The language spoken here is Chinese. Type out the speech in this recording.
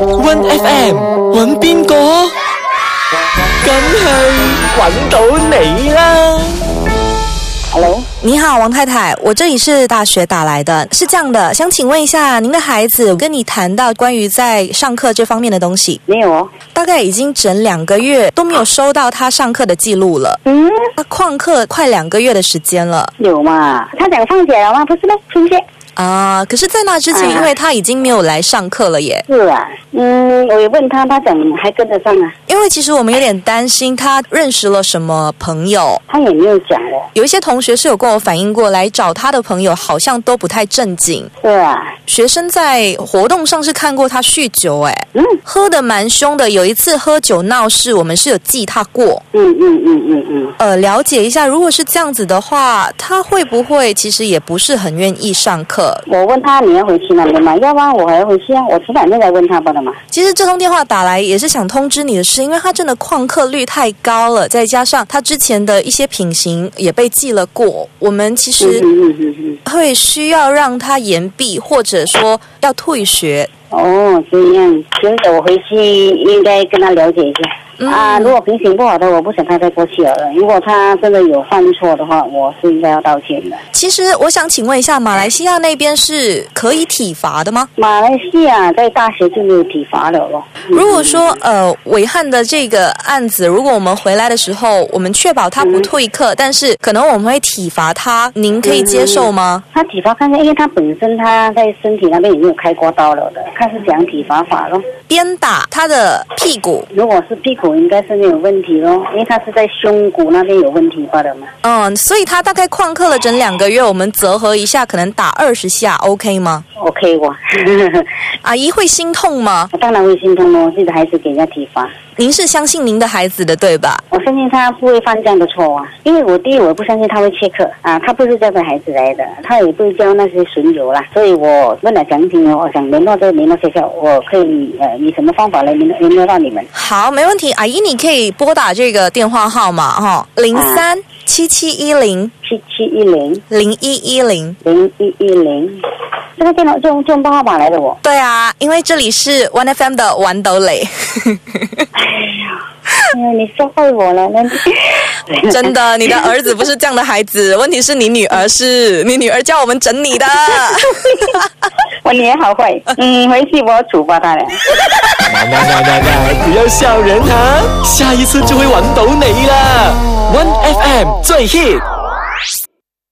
One FM 揾边个？梗系揾到你啦！ Hello，你好，王太太，我这里是大学打来的，是这样的，想请问一下，您的孩子跟你谈到关于在上课这方面的东西，没有哦。大概已经整两个月都没有收到他上课的记录了，嗯，他旷课快两个月的时间了有嘛？他讲放学了吗？不是吗？是不是？啊！可是，在那之前，哎呀因为他已经没有来上课了耶，是啊，嗯，我也问他，他怎么还跟得上啊？因为其实我们有点担心他认识了什么朋友。他也没有讲的。有一些同学是有跟我反映过，来找他的朋友好像都不太正经。是啊，学生在活动上是看过他酗酒，哎，嗯喝的蛮凶的。有一次喝酒闹事，我们是有记他过。嗯嗯嗯嗯嗯，呃，了解一下，如果是这样子的话，他会不会其实也不是很愿意上课？我问他你要回去那边吗？要不然我还要回去啊。我前两天才问他不的嘛。其实这通电话打来也是想通知你的事，因为他真的旷课率太高了，再加上他之前的一些品行也被记了过，我们其嗯实嗯嗯嗯嗯。会需要让他延毕，或者说要退学。哦，这样，行，我回去应该跟他了解一下。嗯啊，如果品行不好的，我不想他再过去了。如果他真的有犯错的话，我是应该要道歉的。其实我想请问一下，马来西亚那边是可以体罚的吗？马来西亚在大学就没有体罚了咯。如果说呃伟汉的这个案子，如果我们回来的时候，我们确保他不退课，但是可能我们会体罚他，您可以接受吗？他体罚看看，因为他本身他在身体那边已经有开过刀了的，看是怎样体罚法咯。鞭打他的屁股，如果是屁股，应该是没有问题咯，因为他是在胸骨那边有问题罢了嘛。嗯，所以他大概旷课了整两个月，我们折合一下，可能打二十下，OK 吗？ OK 我，阿姨会心痛吗？我 当然会心痛咯，自己的孩子给人家体罚，您是相信您的孩子的对吧？我相信他不会犯这样的错啊。因为我第一，我不相信他会切课啊，他不是教给孩子来的，他也不是教那些损友啦。所以我问了详情，我想联络这个联络学校，我可以呃以什么方法来联联络到你们？好，没问题，阿姨你可以拨打这个电话号码哈，零三七七一零七七一零零一一零。零一一零，这个电脑就就拨号码来的我。对啊，因为这里是 One FM 的玩斗磊，哎呀，你教坏我了，那你 真的，你的儿子不是这样的孩子，问题是你女儿是，你女儿叫我们整你的。我女儿好坏。嗯，回去我处罚他了。来来来来来，不要笑人哈，下一次就会揾到你啦！One FM 最 hit。